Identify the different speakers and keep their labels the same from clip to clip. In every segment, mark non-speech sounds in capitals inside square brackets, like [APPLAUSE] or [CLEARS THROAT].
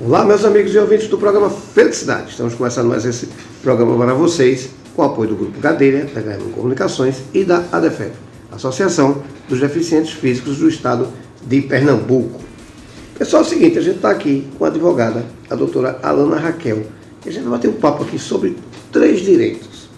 Speaker 1: Olá, meus amigos e ouvintes do programa Felicidade. Estamos começando mais esse programa para vocês, com o apoio do Grupo Cadeira, da Grêmio Comunicações e da ADEFEP, Associação dos Deficientes Físicos do Estado de Pernambuco. Pessoal, é o seguinte, a gente está aqui com a advogada, a doutora Alana Raquel, e a gente vai bater um papo aqui sobre três direitos.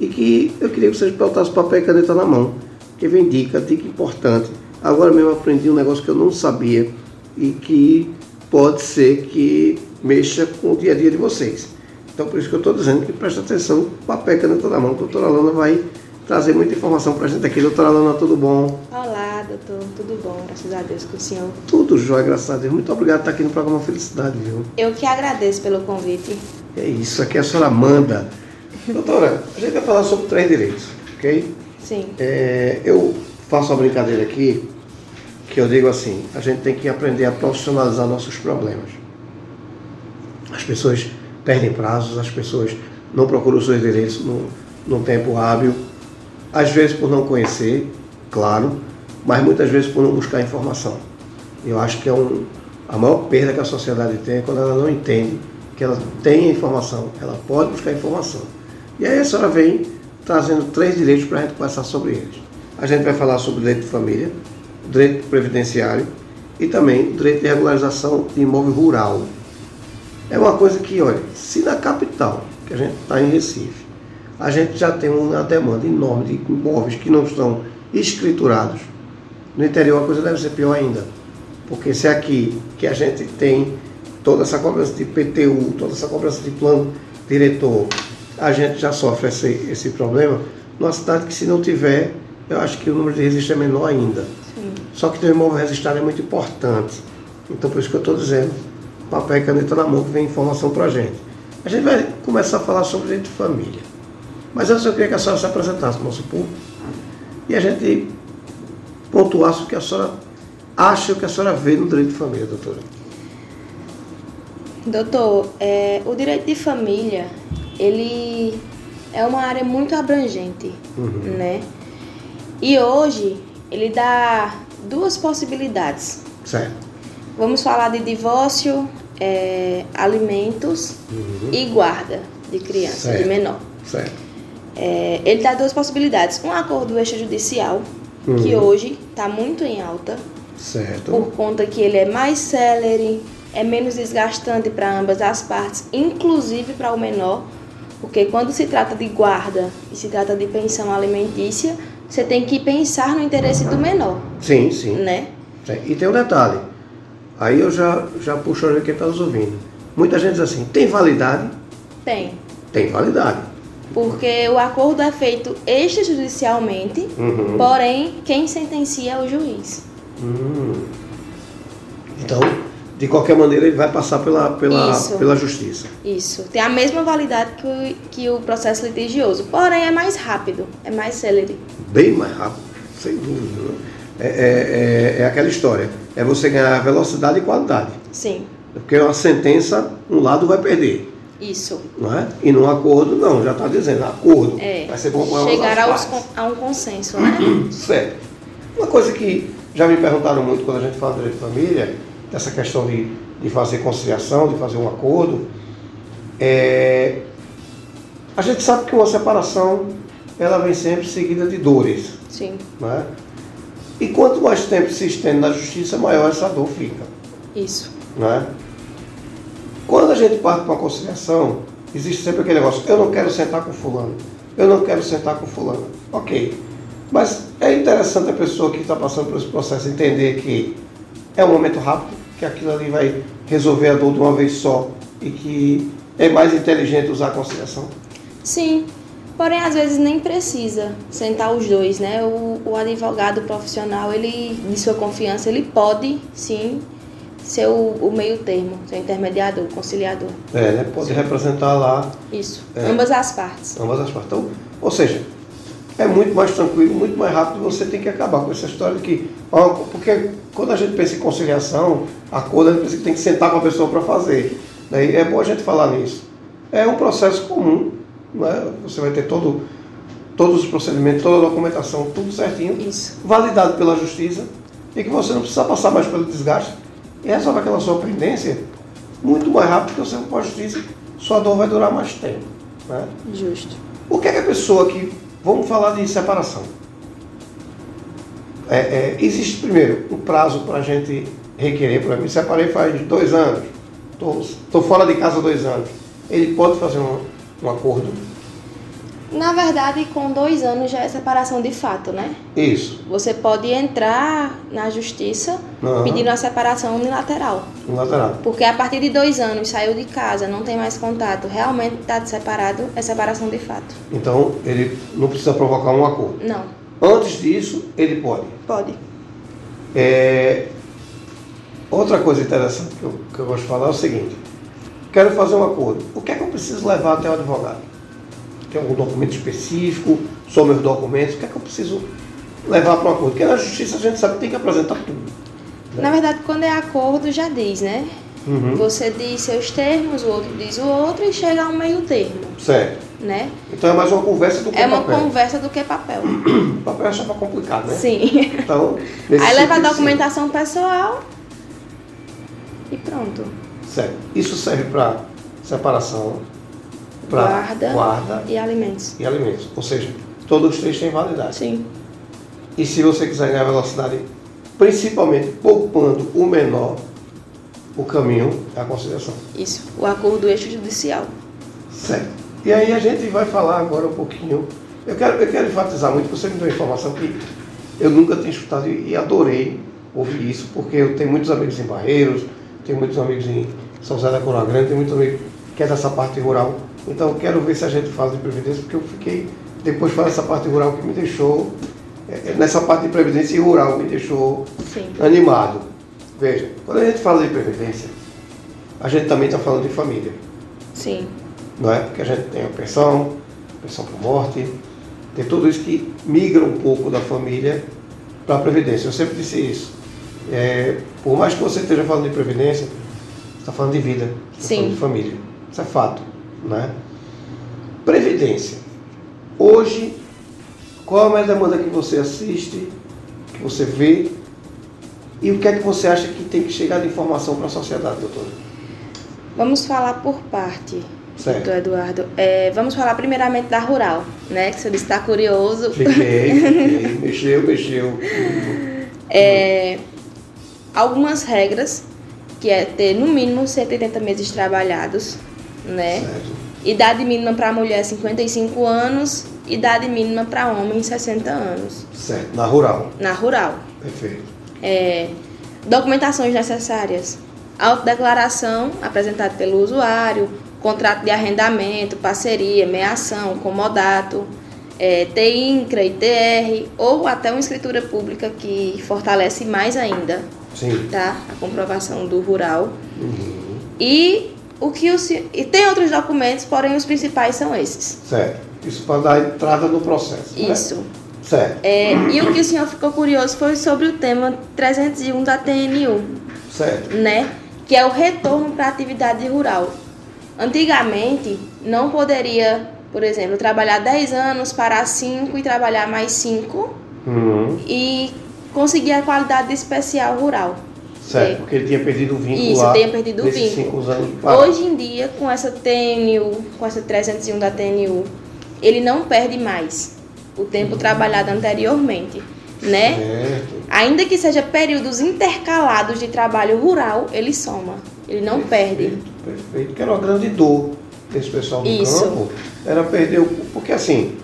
Speaker 1: E que eu queria que vocês botassem papel e caneta na mão, que vem dica, dica importante. Agora mesmo aprendi um negócio que eu não sabia e que pode ser que mexa com o dia a dia de vocês. Então, por isso que eu estou dizendo que presta atenção, papel e caneta na mão, que a doutora Alana vai trazer muita informação para a gente aqui. Doutora Alana, tudo bom?
Speaker 2: Olá, doutor, tudo bom? Graças a Deus com o senhor.
Speaker 1: Tudo jóia, graças a Deus. Muito obrigado por estar aqui no programa Felicidade, viu?
Speaker 2: Eu que agradeço pelo convite.
Speaker 1: É isso, aqui é a senhora Amanda. doutora, a gente vai falar sobre três direitos, ok?
Speaker 2: Sim.
Speaker 1: É, eu faço uma brincadeira aqui, que eu digo assim, a gente tem que aprender a profissionalizar nossos problemas. As pessoas perdem prazos, as pessoas não procuram os seus direitos no, no tempo hábil, às vezes por não conhecer, claro, mas muitas vezes por não buscar informação. Eu acho que é um, a maior perda que a sociedade tem é quando ela não entende que ela tem a informação, ela pode buscar informação. E aí a senhora vem trazendo três direitos para a gente conversar sobre eles. A gente vai falar sobre o direito de família, direito previdenciário e também direito de regularização de imóvel rural. É uma coisa que, olha, se na capital, que a gente está em Recife, a gente já tem uma demanda enorme de imóveis que não estão escriturados, no interior a coisa deve ser pior ainda. Porque se é aqui que a gente tem toda essa cobrança de PTU, toda essa cobrança de plano diretor, a gente já sofre esse, esse problema, numa cidade que se não tiver, eu acho que o número de registros é menor ainda.
Speaker 2: Sim.
Speaker 1: Só que ter um imóvel registrado é muito importante. Então, por isso que eu estou dizendo, papel e caneta na mão que vem informação para a gente. A gente vai começar a falar sobre direito de família. Mas antes eu queria que a senhora se apresentasse para o nosso público e a gente pontuasse o que a senhora acha, o que a senhora vê no direito de família, doutora.
Speaker 2: Doutor, é, o direito de família, ele é uma área muito abrangente,
Speaker 1: Uhum.
Speaker 2: né? E hoje ele dá duas possibilidades.
Speaker 1: Certo.
Speaker 2: Vamos falar de divórcio, é, alimentos
Speaker 1: Uhum.
Speaker 2: e guarda de criança,
Speaker 1: Certo.
Speaker 2: de menor.
Speaker 1: Certo.
Speaker 2: É, ele dá duas possibilidades. Um acordo extrajudicial, que
Speaker 1: Uhum.
Speaker 2: hoje está muito em alta,
Speaker 1: Certo.
Speaker 2: por conta que ele é mais célere, é menos desgastante para ambas as partes, inclusive para o menor, porque quando se trata de guarda e se trata de pensão alimentícia, você tem que pensar no interesse do menor,
Speaker 1: Sim, sim.
Speaker 2: né?
Speaker 1: Certo. E tem um detalhe. Aí eu já, já puxo a orelha quem está nos ouvindo. Muita gente diz assim, tem validade?
Speaker 2: Tem,
Speaker 1: Tem validade.
Speaker 2: porque o acordo é feito extrajudicialmente,
Speaker 1: Uhum.
Speaker 2: porém quem sentencia é o juiz.
Speaker 1: Hum. Então, de qualquer maneira, ele vai passar pela, pela,
Speaker 2: Isso.
Speaker 1: pela justiça.
Speaker 2: Isso, tem a mesma validade que o, que o processo litigioso, porém é mais rápido, é mais célere.
Speaker 1: Bem mais rápido, sem dúvida. né? É, é, é, é aquela história. É você ganhar velocidade e qualidade.
Speaker 2: Sim,
Speaker 1: Porque uma sentença, um lado vai perder.
Speaker 2: isso.
Speaker 1: Não é? E num acordo, não, já está dizendo, acordo.
Speaker 2: É,
Speaker 1: Vai ser bom para ambas
Speaker 2: chegar
Speaker 1: as
Speaker 2: aos
Speaker 1: partes.
Speaker 2: con- a um consenso, né?
Speaker 1: [CLEARS THROAT] Certo. Uma coisa que já me perguntaram muito quando a gente fala de direito de família, dessa questão de, de fazer conciliação, de fazer um acordo, é, a gente sabe que uma separação ela vem sempre seguida de dores.
Speaker 2: Sim,
Speaker 1: Né? E quanto mais tempo se estende na justiça, maior essa dor fica.
Speaker 2: isso.
Speaker 1: Né? Quando a gente parte para uma conciliação, existe sempre aquele negócio, eu não quero sentar com fulano, eu não quero sentar com fulano. Ok. Mas é interessante a pessoa que está passando por esse processo entender que é um momento rápido, que aquilo ali vai resolver a dor de uma vez só e que é mais inteligente usar a conciliação.
Speaker 2: Sim, porém às vezes nem precisa sentar os dois, né? O, o advogado profissional, ele de sua confiança, ele pode sim ser o, o meio termo, ser o intermediador, o conciliador.
Speaker 1: É, né? Pode representar lá
Speaker 2: Isso,
Speaker 1: É.
Speaker 2: ambas as partes.
Speaker 1: ambas as partes. Então, ou seja, é muito mais tranquilo, muito mais rápido. Você tem que acabar com essa história de que. ó, Porque quando a gente pensa em conciliação, acordo, a gente pensa que tem que sentar com a pessoa para fazer. Daí é bom a gente falar nisso. É um processo comum, né? você vai ter todo, todos os procedimentos, toda a documentação, tudo certinho,
Speaker 2: Isso,
Speaker 1: validado pela justiça, e que você não precisa passar mais pelo desgaste e resolve aquela sua pendência muito mais rápido que você não pode justiça, sua dor vai durar mais tempo. Né?
Speaker 2: Justo.
Speaker 1: O que é que a pessoa que. Vamos falar de separação. É, é, existe primeiro um prazo para a gente requerer, por exemplo, me separei faz dois anos, estou fora de casa há dois anos. Ele pode fazer um, um acordo?
Speaker 2: Na verdade, com dois anos já é separação de fato, né?
Speaker 1: Isso,
Speaker 2: Você pode entrar na justiça
Speaker 1: Aham.
Speaker 2: pedindo a separação unilateral.
Speaker 1: um lateral.
Speaker 2: Porque a partir de dois anos saiu de casa, não tem mais contato, realmente está separado, é separação de fato.
Speaker 1: Então ele não precisa provocar um acordo.
Speaker 2: Não,
Speaker 1: Antes disso, ele pode.
Speaker 2: pode.
Speaker 1: É, Outra coisa interessante que eu, que eu gosto de falar é o seguinte: quero fazer um acordo. O que é que eu preciso levar até o advogado? Tem algum documento específico? São meus documentos? O que é que eu preciso levar para um acordo? Porque na justiça a gente sabe que tem que apresentar tudo.
Speaker 2: Na verdade, quando é acordo, já diz, né?
Speaker 1: Uhum.
Speaker 2: Você diz seus termos, o outro diz o outro e chega a um meio termo,
Speaker 1: Certo.
Speaker 2: né?
Speaker 1: Então é mais uma conversa do que
Speaker 2: É uma
Speaker 1: papel.
Speaker 2: conversa do que papel.
Speaker 1: [COUGHS] Papel é só para complicar, né?
Speaker 2: Sim. [LAUGHS]
Speaker 1: Então, nesse
Speaker 2: Aí leva
Speaker 1: sentido,
Speaker 2: a
Speaker 1: sim.
Speaker 2: documentação pessoal e pronto.
Speaker 1: Certo. Isso serve para separação, para
Speaker 2: Guarda.
Speaker 1: guarda
Speaker 2: E alimentos.
Speaker 1: e alimentos. Ou seja, todos os três têm validade.
Speaker 2: Sim.
Speaker 1: E se você quiser ganhar velocidade, principalmente poupando o menor, o caminho é a conciliação.
Speaker 2: Isso. O acordo extrajudicial.
Speaker 1: Certo. E aí a gente vai falar agora um pouquinho. Eu quero, eu quero enfatizar muito, você me deu uma informação que eu nunca tinha escutado e e adorei ouvir isso, porque eu tenho muitos amigos em Barreiros, tenho muitos amigos em São José da Coroa Grande, tenho muitos amigos que é dessa parte rural. Então eu quero ver se a gente faz de previdência, porque eu fiquei, depois faz essa parte rural que me deixou, eh, eh, nessa parte de previdência e rural me deixou
Speaker 2: Sim.
Speaker 1: animado. Veja, quando a gente fala de previdência, a gente também está falando de família
Speaker 2: Sim.
Speaker 1: não é? Porque a gente tem a pensão, pensão por morte, tem tudo isso que migra um pouco da família para a Previdência. Eu sempre disse isso. É, por mais que você esteja falando de Previdência, você está falando de vida, você está
Speaker 2: Sim.
Speaker 1: falando de família. Isso é fato, né? Previdência. Hoje, qual é a mais demanda que você assiste, que você vê? E o que é que você acha que tem que chegar de informação para a sociedade, doutora?
Speaker 2: Vamos falar por parte. Do
Speaker 1: Certo.
Speaker 2: Eduardo. É, vamos falar primeiramente da rural, né? Que você disse que está curioso. [LAUGHS]
Speaker 1: Fiquei, fiquei, mexeu, mexeu.
Speaker 2: É, algumas regras, que é ter no mínimo 180 meses trabalhados, né?
Speaker 1: Certo.
Speaker 2: Idade mínima para mulher 55 anos, idade mínima para homem 60 anos,
Speaker 1: Certo, na rural.
Speaker 2: na rural.
Speaker 1: Perfeito.
Speaker 2: É, documentações necessárias. Autodeclaração apresentada pelo usuário, contrato de arrendamento, parceria, meação, comodato, é, TINCRA, ITR ou até uma escritura pública que fortalece mais ainda
Speaker 1: Sim.
Speaker 2: tá? a comprovação do rural.
Speaker 1: Uhum.
Speaker 2: E, o que o, se- e tem outros documentos, porém os principais são esses.
Speaker 1: Certo. Isso para dar entrada no processo. né?
Speaker 2: Isso.
Speaker 1: Certo,
Speaker 2: É, e o que o senhor ficou curioso foi sobre o tema 301 da TNU,
Speaker 1: certo.
Speaker 2: né? Que é o retorno para a atividade rural. Antigamente, não poderia, por exemplo, trabalhar 10 anos, parar 5 e trabalhar mais 5
Speaker 1: Uhum.
Speaker 2: e conseguir a qualidade de especial rural.
Speaker 1: Certo, porque ele tinha perdido o vínculo
Speaker 2: É. Isso,
Speaker 1: lá.
Speaker 2: tinha perdido o
Speaker 1: nesses
Speaker 2: vínculo.
Speaker 1: cinco anos. para-
Speaker 2: Hoje em dia, com essa TNU, com essa 301 da TNU, ele não perde mais o tempo trabalhado anteriormente, né?
Speaker 1: Certo.
Speaker 2: Ainda que seja períodos intercalados de trabalho rural, ele soma, ele não perde.
Speaker 1: Perfeito, perfeito. Que era uma grande dor desse pessoal do
Speaker 2: Isso.
Speaker 1: campo. Era perder o. Porque assim,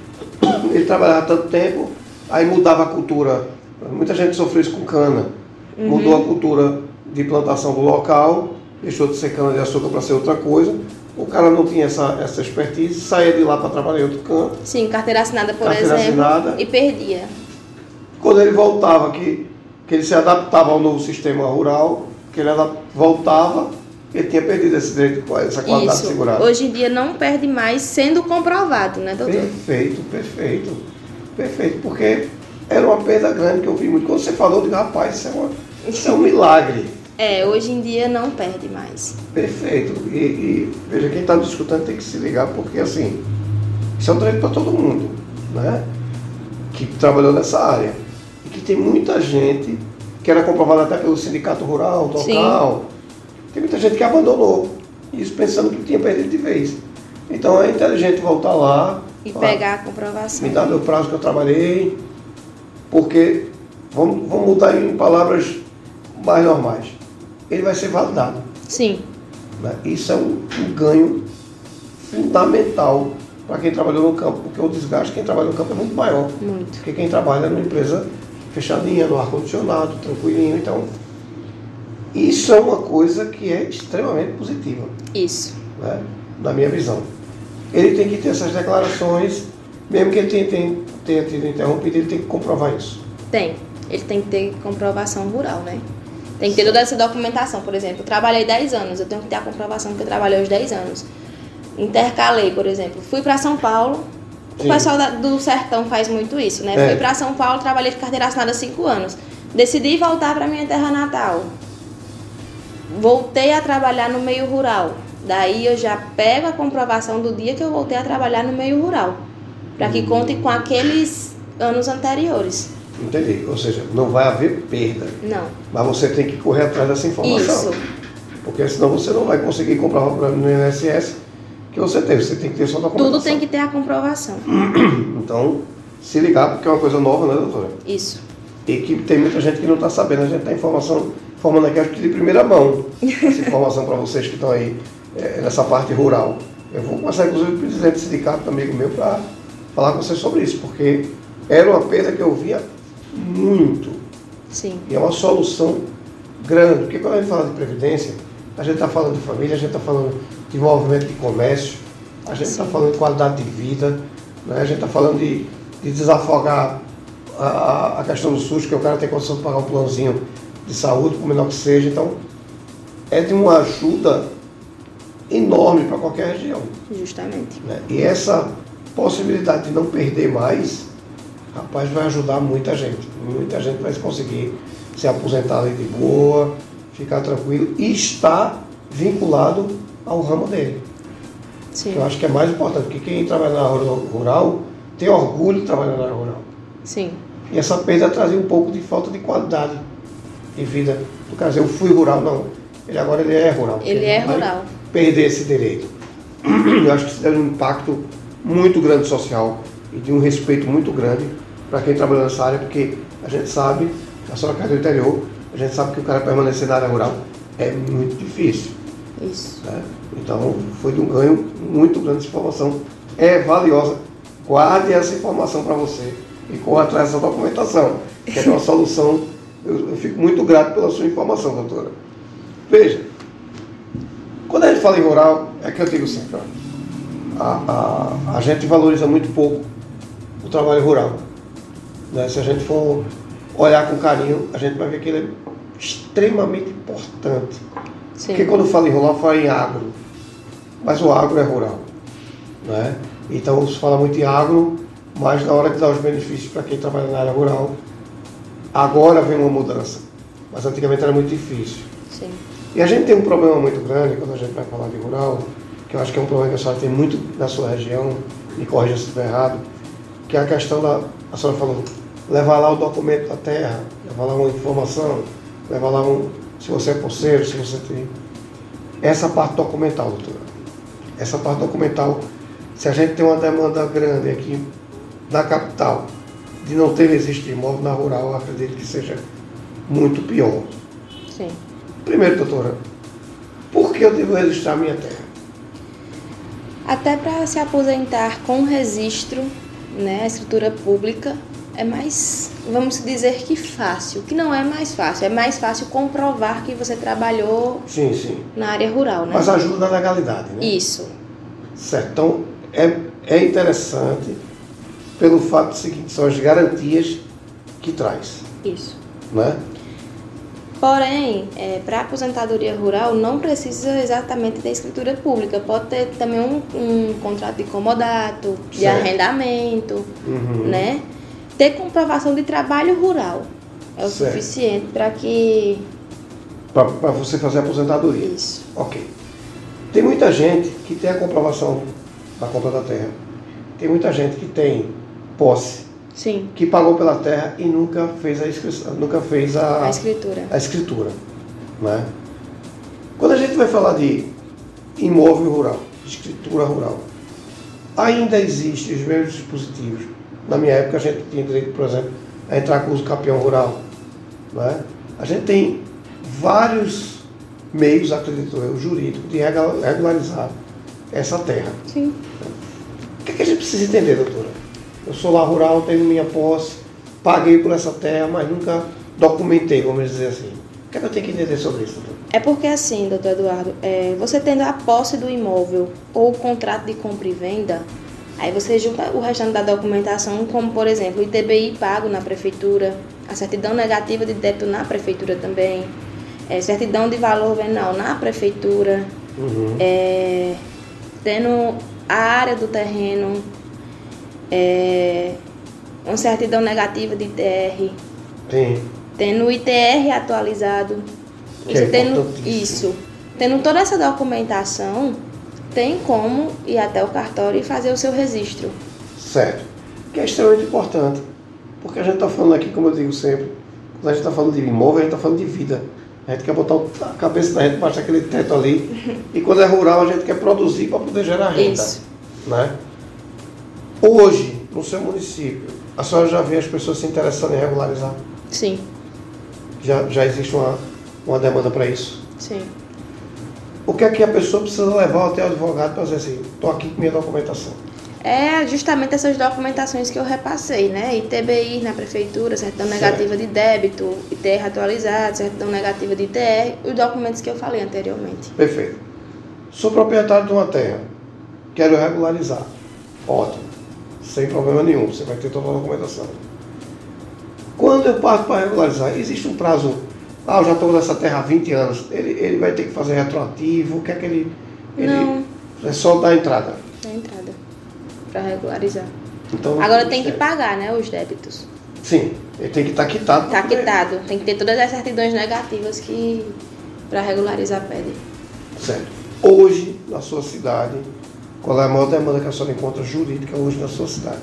Speaker 1: ele trabalhava tanto tempo, aí mudava a cultura. Muita gente sofreu isso com cana.
Speaker 2: Uhum.
Speaker 1: Mudou a cultura de plantação do local, deixou de ser cana de açúcar para ser outra coisa. O cara não tinha essa, essa expertise, saía de lá para trabalhar em outro canto.
Speaker 2: Sim, carteira assinada, por
Speaker 1: Carteira
Speaker 2: exemplo,
Speaker 1: assinada.
Speaker 2: e perdia.
Speaker 1: Quando ele voltava, que, que ele se adaptava ao novo sistema rural, que ele adap- voltava, ele tinha perdido esse direito, essa qualidade
Speaker 2: Isso.
Speaker 1: segurada.
Speaker 2: Hoje em dia não perde mais, sendo comprovado, né, doutor?
Speaker 1: Perfeito, perfeito. Perfeito, porque era uma perda grande que eu vi muito. Quando você falou, eu digo, rapaz, isso é, uma- isso é um milagre.
Speaker 2: É, hoje em dia não perde mais.
Speaker 1: Perfeito. E, e veja, quem está discutindo tem que se ligar, porque assim, isso é um direito para todo mundo, né? Que trabalhou nessa área. E que tem muita gente que era comprovada até pelo sindicato rural,
Speaker 2: Sim.
Speaker 1: local. Tem muita gente que abandonou. Isso pensando que tinha perdido de vez. Então é inteligente voltar lá.
Speaker 2: E
Speaker 1: falar,
Speaker 2: pegar a comprovação.
Speaker 1: Me dá meu prazo que eu trabalhei, porque vamos, vamos mudar em palavras mais normais. Ele vai ser validado.
Speaker 2: Sim.
Speaker 1: né? Isso é um, um ganho fundamental para quem trabalhou no campo, porque o desgaste de quem trabalha no campo é muito maior.
Speaker 2: Muito.
Speaker 1: Porque quem trabalha numa empresa fechadinha, no ar-condicionado, tranquilinho, então. Isso é uma coisa que é extremamente positiva
Speaker 2: Isso.
Speaker 1: né, na minha visão. Ele tem que ter essas declarações, mesmo que ele tenha, tenha, tenha tido interrompido, ele tem que comprovar isso.
Speaker 2: Tem. Ele tem que ter comprovação rural, né? Tem que ter toda essa documentação, por exemplo. Eu trabalhei 10 anos, eu tenho que ter a comprovação que eu trabalhei os 10 anos. Intercalei, por exemplo. Fui para São Paulo. O
Speaker 1: Sim.
Speaker 2: pessoal da- do sertão faz muito isso, né?
Speaker 1: É.
Speaker 2: Fui para São Paulo, trabalhei de carteira assinada 5 anos. Decidi voltar para minha terra natal. Voltei a trabalhar no meio rural. Daí eu já pego a comprovação do dia que eu voltei a trabalhar no meio rural, para
Speaker 1: Hum.
Speaker 2: que conte com aqueles anos anteriores.
Speaker 1: Entendi. Ou seja, não vai haver perda.
Speaker 2: Não.
Speaker 1: Mas você tem que correr atrás dessa informação.
Speaker 2: Isso.
Speaker 1: Porque senão você não vai conseguir comprovar pra- no INSS que você teve. Você tem que ter sua documentação.
Speaker 2: Tudo tem que ter a comprovação.
Speaker 1: Então, se ligar, porque é uma coisa nova, né, doutora?
Speaker 2: Isso.
Speaker 1: E que tem muita gente que não está sabendo. A gente está informação, formando aqui, acho que de primeira mão, essa informação para vocês que estão aí eh, nessa parte rural. Eu vou começar, inclusive, com o presidente do sindicato, amigo meu, para falar com vocês sobre isso, porque era uma perda que eu via muito.
Speaker 2: Sim.
Speaker 1: E é uma solução grande, porque quando a gente fala de previdência, a gente está falando de família, a gente está falando de movimento de comércio, a gente está
Speaker 2: Sim.
Speaker 1: falando de qualidade de vida, né? a gente está falando de, de desafogar a- a, a questão do SUS, que o cara tem condição de pagar um planozinho de saúde, por menor que seja. Então, é de uma ajuda enorme para qualquer região.
Speaker 2: Justamente.
Speaker 1: né? E essa possibilidade de não perder mais, rapaz, vai ajudar muita gente. Muita gente vai conseguir se aposentar ali de boa, ficar tranquilo e estar vinculado ao ramo dele.
Speaker 2: Sim.
Speaker 1: Eu acho que é mais importante, porque quem trabalha na área rural tem orgulho de trabalhar na área rural.
Speaker 2: Sim.
Speaker 1: E essa perda trazia um pouco de falta de qualidade de vida. No caso, eu fui rural, não. Ele agora ele é rural. porque
Speaker 2: Ele é
Speaker 1: não vai
Speaker 2: rural.
Speaker 1: Perder esse direito. [CLEARS THROAT] Eu acho que isso deve um impacto muito grande social e de um respeito muito grande para quem trabalha nessa área, porque a gente sabe, na sua casa do interior, a gente sabe que o cara permanecer na área rural é muito difícil.
Speaker 2: Isso.
Speaker 1: né? Então, foi de um ganho muito grande essa informação. É valiosa. Guarde essa informação para você e corra atrás dessa documentação, que é uma solução. Eu, eu fico muito grato pela sua informação, doutora. Veja, quando a gente fala em rural, é que eu digo sempre, ó, a, a, a gente valoriza muito pouco o trabalho rural. né? Se a gente for olhar com carinho, a gente vai ver que ele é extremamente importante.
Speaker 2: Sim.
Speaker 1: Porque quando fala em rural, fala em agro. Mas o agro é rural. Né? Então se fala muito em agro, mas na hora de dar os benefícios para quem trabalha na área rural, agora vem uma mudança. Mas antigamente era muito difícil.
Speaker 2: Sim.
Speaker 1: E a gente tem um problema muito grande quando a gente vai falar de rural, que eu acho que é um problema que a senhora tem muito na sua região, me corrija se estiver errado, que é a questão da. A senhora falou, levar lá o documento da terra, levar lá uma informação, levar lá um. Se você é poceiro, se você tem. Essa parte documental, doutora. Essa parte documental, se a gente tem uma demanda grande aqui da capital, de não ter registro de imóvel na rural, eu acredito que seja muito pior.
Speaker 2: Sim.
Speaker 1: Primeiro, doutora, por que eu devo registrar minha terra?
Speaker 2: Até para se aposentar com registro, né, a escritura pública é mais, vamos dizer que fácil, que não é mais fácil, é mais fácil comprovar que você trabalhou
Speaker 1: Sim, sim.
Speaker 2: na área rural, né?
Speaker 1: Mas ajuda na legalidade, né?
Speaker 2: Isso.
Speaker 1: Certo. Então, é, é interessante pelo fato seguinte, são as garantias que traz,
Speaker 2: Isso.
Speaker 1: né?
Speaker 2: Porém, para aposentadoria rural não precisa exatamente da escritura pública, pode ter também um, um contrato de comodato, de
Speaker 1: Certo.
Speaker 2: arrendamento,
Speaker 1: Uhum.
Speaker 2: né? Ter comprovação de trabalho rural é o
Speaker 1: Certo.
Speaker 2: suficiente para que
Speaker 1: Para você fazer a aposentadoria.
Speaker 2: isso.
Speaker 1: Ok. Tem muita gente que tem a comprovação da compra da terra. Tem muita gente que tem posse,
Speaker 2: Sim,
Speaker 1: que pagou pela terra e nunca Ah. fez a inscrição, nunca fez
Speaker 2: a escritura.
Speaker 1: a escritura. Né? Quando a gente vai falar de imóvel rural, escritura rural, ainda existem os mesmos dispositivos. Na minha época a gente tinha direito, por exemplo, a entrar com o uso campeão rural. Né? A gente tem vários meios, acredito eu, jurídicos de regularizar essa terra.
Speaker 2: Sim.
Speaker 1: O que, é que a gente precisa entender, doutora? Eu sou lá rural, tenho minha posse, paguei por essa terra, mas nunca documentei, vamos dizer assim. O que, é que eu tenho que entender sobre isso, doutora?
Speaker 2: É porque assim, doutor Eduardo, é, você tendo a posse do imóvel ou o contrato de compra e venda, aí você junta o restante da documentação, como por exemplo, o ITBI pago na prefeitura, a certidão negativa de débito na prefeitura também, é, certidão de valor venal na prefeitura,
Speaker 1: Uhum.
Speaker 2: é, tendo a área do terreno, é, uma certidão negativa de ITR,
Speaker 1: Sim.
Speaker 2: tendo o ITR atualizado,
Speaker 1: Que é
Speaker 2: você tendo
Speaker 1: importantíssimo.
Speaker 2: isso, tendo toda essa documentação, tem como ir até o cartório e fazer o seu registro.
Speaker 1: Certo. Que é extremamente importante. Porque a gente está falando aqui, como eu digo sempre, quando a gente está falando de imóvel, a gente está falando de vida. A gente quer botar o- a cabeça da gente baixar aquele teto ali. E quando é rural, a gente quer produzir para poder gerar renda.
Speaker 2: Isso.
Speaker 1: Né? Hoje, no seu município, a senhora já vê as pessoas se interessando em regularizar?
Speaker 2: Sim,
Speaker 1: Já, já existe uma, uma demanda para isso?
Speaker 2: sim.
Speaker 1: O que é que a pessoa precisa levar até o advogado para dizer assim, estou aqui com minha documentação?
Speaker 2: É justamente essas documentações que eu repassei, né? ITBI na prefeitura, certidão
Speaker 1: Certo.
Speaker 2: negativa de débito, ITR atualizado, certidão negativa de ITR, os documentos que eu falei anteriormente.
Speaker 1: Perfeito. Sou proprietário de uma terra. Quero regularizar. Ótimo. Sem problema nenhum. Você vai ter toda a documentação. Quando eu parto para regularizar, existe um prazo. Ah, eu já estou nessa terra há 20 anos. Ele, ele vai ter que fazer retroativo. O que é que ele. ele-
Speaker 2: Não.
Speaker 1: É só dar entrada.
Speaker 2: Na entrada, para regularizar.
Speaker 1: Então,
Speaker 2: Agora tem que
Speaker 1: é.
Speaker 2: pagar, né? Os débitos.
Speaker 1: Sim, ele tem que estar quitado.
Speaker 2: Tá quitado. Tem que ter todas as certidões negativas que para regularizar pede.
Speaker 1: Certo. Hoje, na sua cidade, qual é a maior demanda que a senhora encontra jurídica hoje na sua cidade?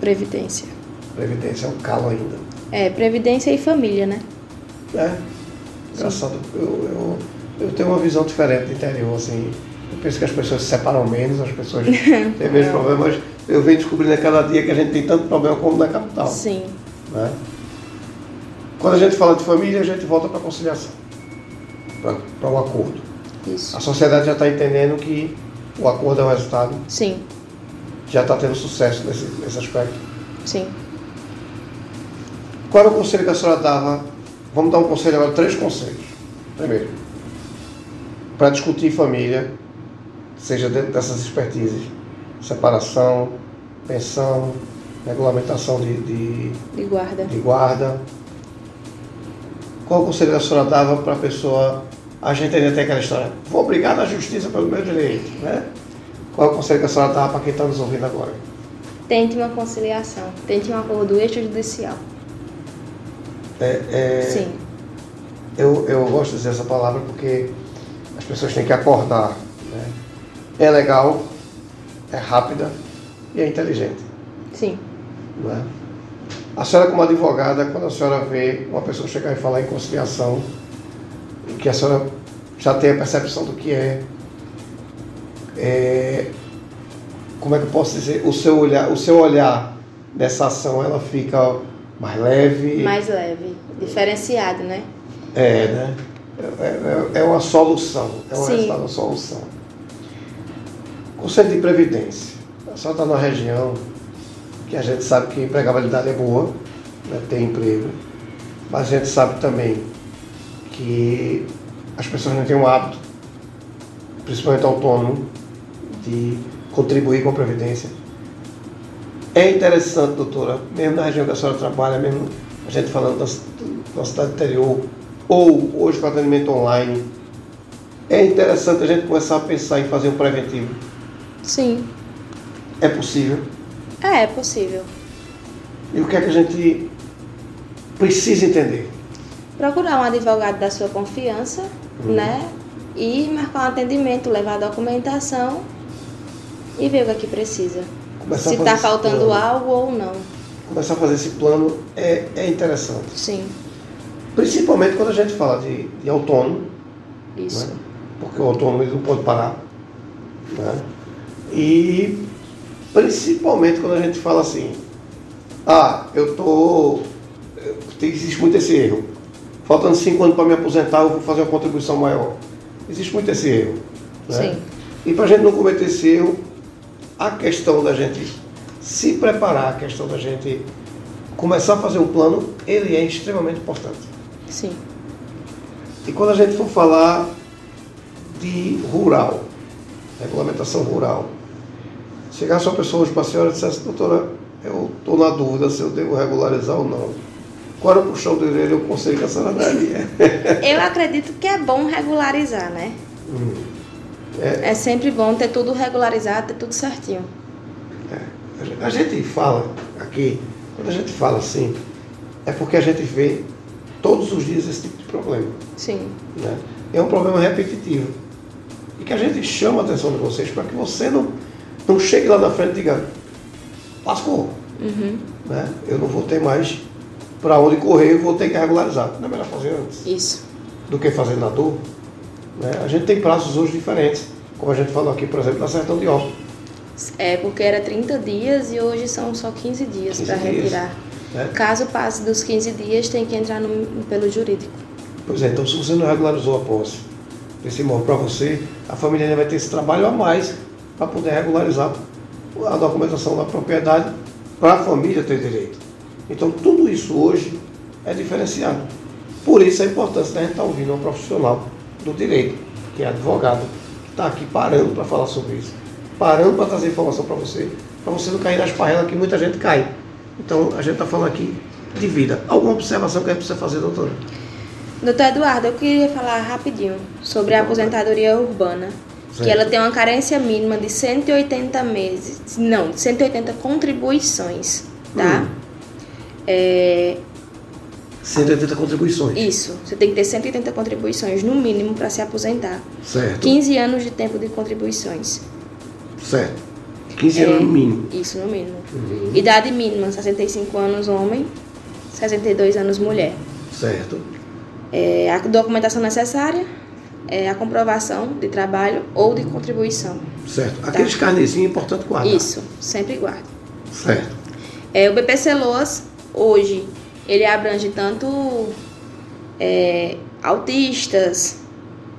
Speaker 2: Previdência.
Speaker 1: Previdência é um calo ainda.
Speaker 2: É, previdência e família, né?
Speaker 1: né? Engraçado, eu, eu, eu tenho uma visão diferente do interior, assim. Eu penso que as pessoas se separam menos, as pessoas têm menos problemas. Eu venho descobrindo a cada dia que a gente tem tanto problema como na capital.
Speaker 2: Sim.
Speaker 1: né? Quando a gente fala de família, a gente volta para a conciliação, para o acordo.
Speaker 2: Isso.
Speaker 1: A sociedade já está entendendo que o acordo é o resultado,
Speaker 2: Sim.
Speaker 1: já está tendo sucesso nesse, nesse aspecto.
Speaker 2: Sim.
Speaker 1: Qual era o conselho que a senhora dava? Vamos dar um conselho agora, três conselhos. Primeiro, para discutir família, seja dentro dessas expertises, separação, pensão, regulamentação de, de,
Speaker 2: De guarda.
Speaker 1: de guarda. Qual o conselho que a senhora dava para a pessoa? A gente ainda tem aquela história, vou brigar na justiça pelo meu direito, né? Qual é o conselho que a senhora dava para quem está nos ouvindo agora?
Speaker 2: Tente uma conciliação. Tente um acordo extrajudicial.
Speaker 1: É- é-
Speaker 2: Sim.
Speaker 1: Eu, eu gosto de dizer essa palavra porque as pessoas têm que acordar. né? É legal, é rápida e é inteligente.
Speaker 2: Sim.
Speaker 1: não é? A senhora, como advogada, quando a senhora vê uma pessoa chegar e falar em conciliação, e que a senhora já tem a percepção do que é, é, como é que eu posso dizer, o seu olhar, o seu olhar nessa ação, ela fica mais leve,
Speaker 2: Mais leve. Diferenciado, né?
Speaker 1: é, né? É, é- é uma solução, é um
Speaker 2: Sim.
Speaker 1: resultado da solução. Conselho de Previdência. A senhora está numa região que a gente sabe que a empregabilidade é boa, né? tem emprego, mas a gente sabe também que as pessoas não têm o hábito, principalmente autônomo, de contribuir com a Previdência. É interessante, doutora, mesmo na região que a senhora trabalha, mesmo a gente falando da, da cidade interior, ou hoje com atendimento online, é interessante a gente começar a pensar em fazer um preventivo.
Speaker 2: Sim.
Speaker 1: É possível.
Speaker 2: É, é possível.
Speaker 1: E o que é que a gente precisa entender?
Speaker 2: procurar um advogado da sua confiança,
Speaker 1: Hum.
Speaker 2: né? E marcar um atendimento, levar a documentação e ver o que é que precisa.
Speaker 1: Começar a fazer
Speaker 2: Se está
Speaker 1: esse
Speaker 2: faltando
Speaker 1: plano.
Speaker 2: algo ou não.
Speaker 1: Começar a fazer esse plano é, é interessante.
Speaker 2: Sim,
Speaker 1: Principalmente quando a gente fala de, de autônomo,
Speaker 2: Isso.
Speaker 1: né? porque o autônomo não pode parar. né? E principalmente quando a gente fala assim, ah, eu tô. eu- Existe muito esse erro. Faltando cinco anos para me aposentar, eu vou fazer uma contribuição maior. Existe muito esse erro. né?
Speaker 2: Sim.
Speaker 1: E para a gente não cometer esse erro, a questão da gente se preparar, a questão da gente começar a fazer um plano, ele é extremamente importante.
Speaker 2: Sim.
Speaker 1: E quando a gente for falar de rural, regulamentação rural, chegasse uma pessoa hoje para a senhora e dissesse, doutora, eu estou na dúvida se eu devo regularizar ou não. Qual era o puxão do orelha, o conselho que a senhora daria?
Speaker 2: Eu acredito que é bom regularizar, né?
Speaker 1: Hum.
Speaker 2: É sempre bom ter tudo regularizado, ter tudo certinho.
Speaker 1: A gente fala aqui, quando a gente fala assim, é porque a gente vê todos os dias esse tipo de problema.
Speaker 2: Sim.
Speaker 1: né? É um problema repetitivo. E que a gente chama a atenção de vocês para que você não, não chegue lá na frente e diga, lascou,
Speaker 2: Uhum.
Speaker 1: né? eu não vou ter mais para onde correr, eu vou ter que regularizar. Não é melhor fazer antes
Speaker 2: Isso.
Speaker 1: do que fazer na dor. Né? A gente tem prazos hoje diferentes, como a gente falou aqui, por exemplo, na Sertão de Óbidos.
Speaker 2: É porque era 30 dias e hoje são só 15 dias
Speaker 1: 15
Speaker 2: para
Speaker 1: dias.
Speaker 2: retirar.
Speaker 1: Né?
Speaker 2: Caso passe dos 15 dias, tem que entrar no, pelo jurídico.
Speaker 1: Pois é, então se você não regularizou a posse desse imóvel para você, a família ainda vai ter esse trabalho a mais para poder regularizar a documentação da propriedade para a família ter direito. Então tudo isso hoje é diferenciado. Por isso a importância da gente estar ouvindo um profissional do direito, que é advogado, que está aqui parando para falar sobre isso, parando para trazer informação para você, para você não cair nas parrelas que muita gente cai. Então a gente está falando aqui de vida. Alguma observação que a gente precisa fazer, doutora?
Speaker 2: Doutor Eduardo, eu queria falar rapidinho sobre a aposentadoria urbana.
Speaker 1: Certo.
Speaker 2: Que ela tem uma carência mínima de 180 meses. Não, 180 contribuições, tá?
Speaker 1: Hum.
Speaker 2: É,
Speaker 1: 180 contribuições.
Speaker 2: isso. Você tem que ter 180 contribuições no mínimo para se aposentar.
Speaker 1: Certo.
Speaker 2: 15 anos de tempo de contribuições.
Speaker 1: Certo. 15
Speaker 2: É.
Speaker 1: anos no mínimo.
Speaker 2: Isso, no mínimo.
Speaker 1: Uhum.
Speaker 2: Idade mínima, 65 anos homem, 62 anos mulher.
Speaker 1: Certo.
Speaker 2: É, a documentação necessária é a comprovação de trabalho ou de contribuição.
Speaker 1: Certo. Aqueles carnezinhos é importante guardar.
Speaker 2: Tá. Isso, sempre guarde.
Speaker 1: Certo.
Speaker 2: É, o BPC Loas, hoje, ele abrange tanto é, autistas,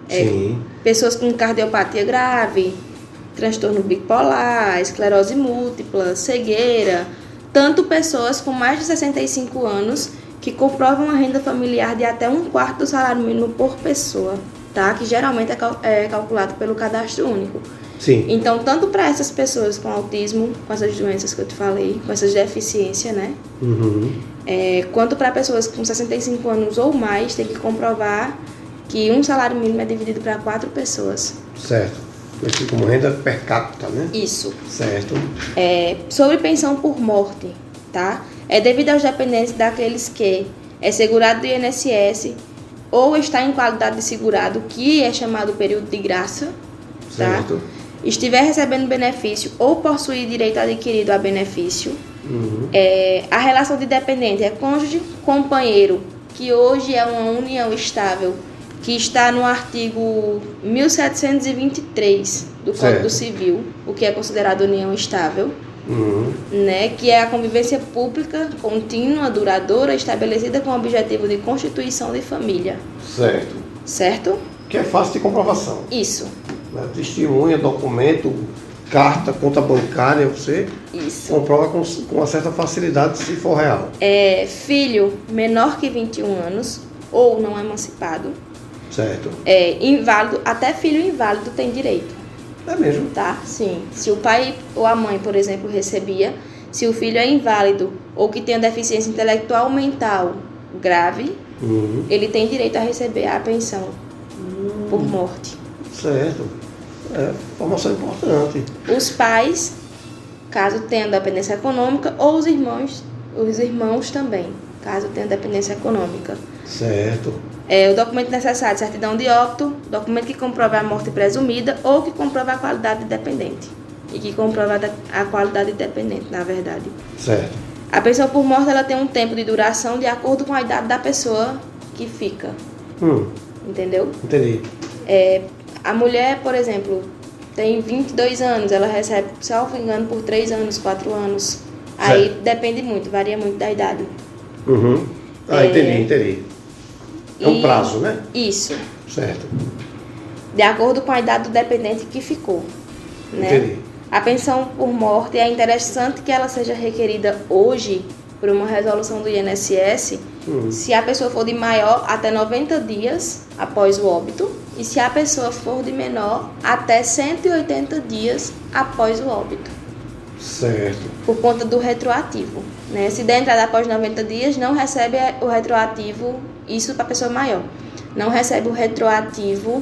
Speaker 2: É.
Speaker 1: Sim.
Speaker 2: pessoas com cardiopatia grave, transtorno bipolar, esclerose múltipla, cegueira, tanto pessoas com mais de 65 anos que comprovam a renda familiar de até um quarto do salário mínimo por pessoa, tá? Que geralmente é, cal- é calculado pelo cadastro único.
Speaker 1: Sim.
Speaker 2: Então, tanto para essas pessoas com autismo, com essas doenças que eu te falei, com essas deficiências, né?
Speaker 1: Uhum.
Speaker 2: É, quanto para pessoas com 65 anos ou mais, tem que comprovar que um salário mínimo é dividido para quatro pessoas.
Speaker 1: Certo. Conhecido como renda per capita, né?
Speaker 2: Isso.
Speaker 1: Certo.
Speaker 2: É, sobre pensão por morte, tá? É devido aos dependentes daqueles que é segurado do INSS ou está em qualidade de segurado, que é chamado período de graça, Tá.
Speaker 1: Certo.
Speaker 2: estiver recebendo benefício ou possuir direito adquirido a benefício.
Speaker 1: Uhum.
Speaker 2: É, a relação de dependente é cônjuge, companheiro, que hoje é uma união estável, que está no artigo 1723 do
Speaker 1: Certo.
Speaker 2: Código Civil, o que é considerado união estável
Speaker 1: Uhum.
Speaker 2: né, que é a convivência pública, contínua, duradoura, estabelecida com o objetivo de constituição de família,
Speaker 1: Certo.
Speaker 2: certo?
Speaker 1: Que é fácil de comprovação.
Speaker 2: Isso,
Speaker 1: Né? Testemunha, documento, carta, conta bancária, você
Speaker 2: isso.
Speaker 1: comprova com, com uma certa facilidade se for real.
Speaker 2: É filho menor que 21 anos ou não emancipado,
Speaker 1: Certo.
Speaker 2: é inválido, até filho inválido tem direito,
Speaker 1: É mesmo.
Speaker 2: tá? Sim. Se o pai ou a mãe, por exemplo, recebia, se o filho é inválido ou que tenha deficiência intelectual ou mental grave,
Speaker 1: Uhum.
Speaker 2: ele tem direito a receber a pensão por morte.
Speaker 1: Certo. É formação importante.
Speaker 2: os pais, caso tenham dependência econômica, ou os irmãos, os irmãos também, caso tenham dependência econômica.
Speaker 1: Certo.
Speaker 2: É, o documento necessário, certidão de óbito, documento que comprova a morte presumida ou que comprova a qualidade de dependente. E que comprova a de- a qualidade de dependente, na verdade.
Speaker 1: Certo.
Speaker 2: A pensão por morte ela tem um tempo de duração de acordo com a idade da pessoa que fica,
Speaker 1: Hum,
Speaker 2: entendeu?
Speaker 1: entendi.
Speaker 2: É, a mulher, por exemplo, tem 22 anos, ela recebe, salvo engano, por 3 anos, 4 anos. Aí
Speaker 1: Certo.
Speaker 2: depende muito, varia muito da idade.
Speaker 1: Uhum. Ah,
Speaker 2: É.
Speaker 1: entendi, entendi. É um
Speaker 2: E-
Speaker 1: prazo, né?
Speaker 2: Isso,
Speaker 1: Certo.
Speaker 2: de acordo com a idade do dependente que ficou. Né?
Speaker 1: Entendi.
Speaker 2: A pensão por morte é interessante que ela seja requerida hoje por uma resolução do INSS,
Speaker 1: Uhum.
Speaker 2: se a pessoa for de maior até 90 dias após o óbito e se a pessoa for de menor até 180 dias após o óbito,
Speaker 1: Certo.
Speaker 2: por conta do retroativo. Né? Se der entrada após 90 dias, não recebe o retroativo, isso para a pessoa maior. Não recebe o retroativo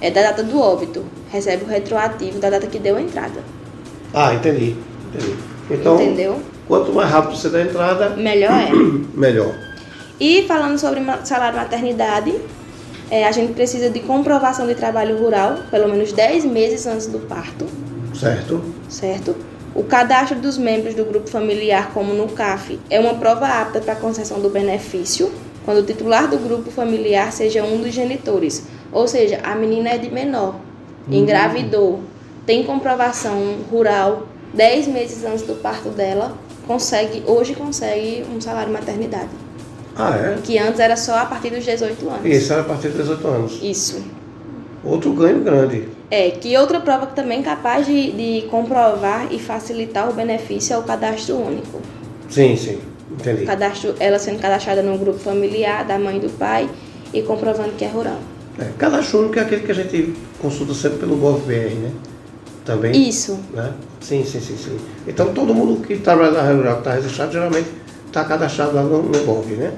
Speaker 2: é, da data do óbito, recebe o retroativo da data que deu entrada.
Speaker 1: Ah, entendi. entendi. Então,
Speaker 2: Entendeu?
Speaker 1: quanto mais rápido você dá a entrada, [CLEARS THROAT]
Speaker 2: Melhor é.
Speaker 1: melhor.
Speaker 2: E falando sobre ma- salário maternidade, é, a gente precisa de comprovação de trabalho rural, pelo menos 10 meses antes do parto,
Speaker 1: Certo?
Speaker 2: certo? O cadastro dos membros do grupo familiar, como no CAF, é uma prova apta para concessão do benefício quando o titular do grupo familiar seja um dos genitores, ou seja, a menina é de menor, engravidou, tem comprovação rural, 10 meses antes do parto dela, consegue hoje consegue um salário maternidade.
Speaker 1: Ah, é?
Speaker 2: Que antes era só a partir dos 18 anos.
Speaker 1: Isso era a partir dos 18 anos.
Speaker 2: Isso.
Speaker 1: Outro ganho grande.
Speaker 2: É, que outra prova que também é capaz de, de comprovar e facilitar o benefício é o cadastro único.
Speaker 1: Sim, sim. Entendi.
Speaker 2: O cadastro, ela sendo cadastrada no grupo familiar, da mãe e do pai, e comprovando que é rural.
Speaker 1: É, cadastro único é aquele que a gente consulta sempre pelo GovBR, né? Também.
Speaker 2: Isso,
Speaker 1: né? Sim, sim, sim, sim. Então todo mundo que trabalha na área rural, que está registrado, geralmente está cadastrado lá no, no Gov, né?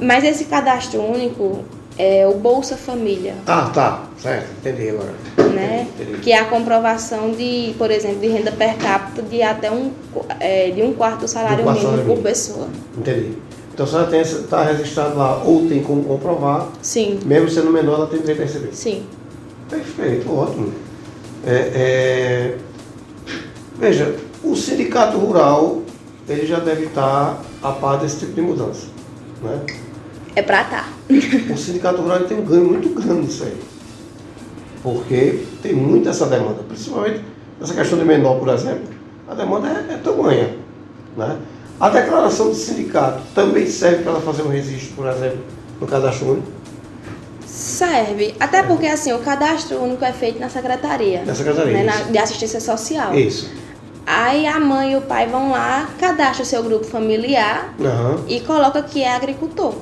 Speaker 2: mas esse cadastro único é o Bolsa Família,
Speaker 1: Ah, tá. Certo, entendi agora.
Speaker 2: né?
Speaker 1: Entendi, entendi.
Speaker 2: Que é a comprovação de, por exemplo, de renda per capita de até um, qu- é, de um quarto do salário
Speaker 1: Um quarto do
Speaker 2: mínimo
Speaker 1: salário
Speaker 2: por pessoa.
Speaker 1: Entendi. Então se ela está registrado lá ou tem como comprovar,
Speaker 2: Sim,
Speaker 1: mesmo sendo menor, ela tem direito a receber.
Speaker 2: sim.
Speaker 1: Perfeito, ótimo. É, é, Veja, o sindicato rural ele já deve estar a par desse tipo de mudança. Né?
Speaker 2: É pra tá.
Speaker 1: O sindicato rural ele tem um ganho muito grande nisso aí. Porque tem muita essa demanda, principalmente essa questão de menor, por exemplo, a demanda é, é tamanha. Né? A declaração do sindicato também serve para ela fazer um registro, por exemplo, no cadastro único
Speaker 2: Serve. Até porque, assim, o cadastro único é feito na secretaria.
Speaker 1: da secretaria.
Speaker 2: né, na- de assistência social.
Speaker 1: Isso. Isso.
Speaker 2: Aí a mãe e o pai vão lá, cadastram o seu grupo familiar
Speaker 1: Aham.
Speaker 2: e coloca que é agricultor.
Speaker 1: Uhum.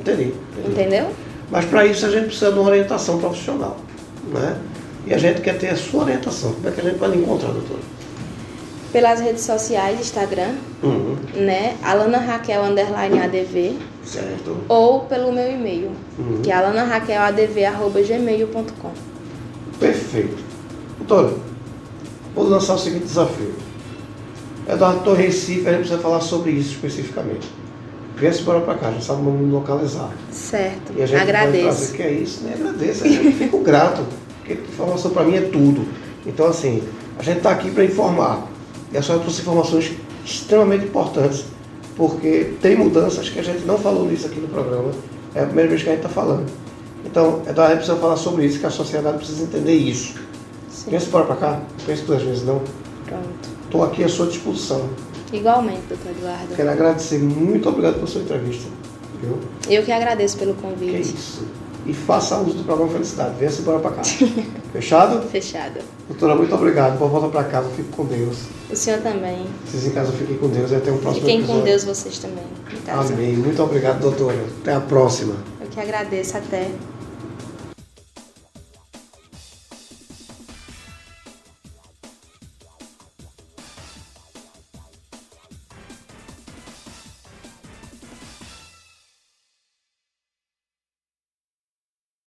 Speaker 1: Entendi. entendi.
Speaker 2: Entendeu?
Speaker 1: Mas para isso a gente precisa de uma orientação profissional. Né? E a gente quer ter a sua orientação. Como é que a gente vai lhe encontrar, doutor?
Speaker 2: Pelas redes sociais, Instagram,
Speaker 1: Uhum.
Speaker 2: né? Alana Raquel underline ADV
Speaker 1: Certo.
Speaker 2: ou pelo meu e-mail,
Speaker 1: Uhum.
Speaker 2: que é alanarraqueladv.gmail.com.
Speaker 1: Perfeito. Doutora, vou lançar o seguinte desafio. Eduardo Torre Recife, a gente precisa falar sobre isso especificamente. Viesse embora para cá, já sabe como me localizar.
Speaker 2: Certo.
Speaker 1: E a gente vai
Speaker 2: Agradeço.
Speaker 1: trazer, que é isso, né? Agradeço, a gente fico grato, porque informação para mim é tudo. Então, assim, a gente está aqui para informar. E a senhora trouxe informações extremamente importantes, porque tem mudanças que a gente não falou nisso aqui no programa. É a primeira vez que a gente está falando. Então, é da a gente precisa falar sobre isso, que a sociedade precisa entender isso.
Speaker 2: Sim.
Speaker 1: Pensa bora para cá, pensa duas vezes não.
Speaker 2: Pronto.
Speaker 1: Estou aqui à sua disposição.
Speaker 2: Igualmente, doutor Eduardo.
Speaker 1: Quero agradecer, muito obrigado pela sua entrevista. Viu?
Speaker 2: Eu que agradeço pelo
Speaker 1: Que é
Speaker 2: convite.
Speaker 1: isso. E faça uso do programa Felicidade. Venha-se embora pra
Speaker 2: [LAUGHS]
Speaker 1: cá. Fechado?
Speaker 2: Fechado.
Speaker 1: Doutora, muito obrigado. Boa volta pra casa. Fique com Deus.
Speaker 2: O senhor também.
Speaker 1: Vocês em casa fiquem com Deus. E até o próximo
Speaker 2: Fiquem com
Speaker 1: episódio.
Speaker 2: Tá Deus vocês também. em casa.
Speaker 1: Amém. Muito obrigado, doutora. Até a próxima.
Speaker 2: Eu que agradeço até.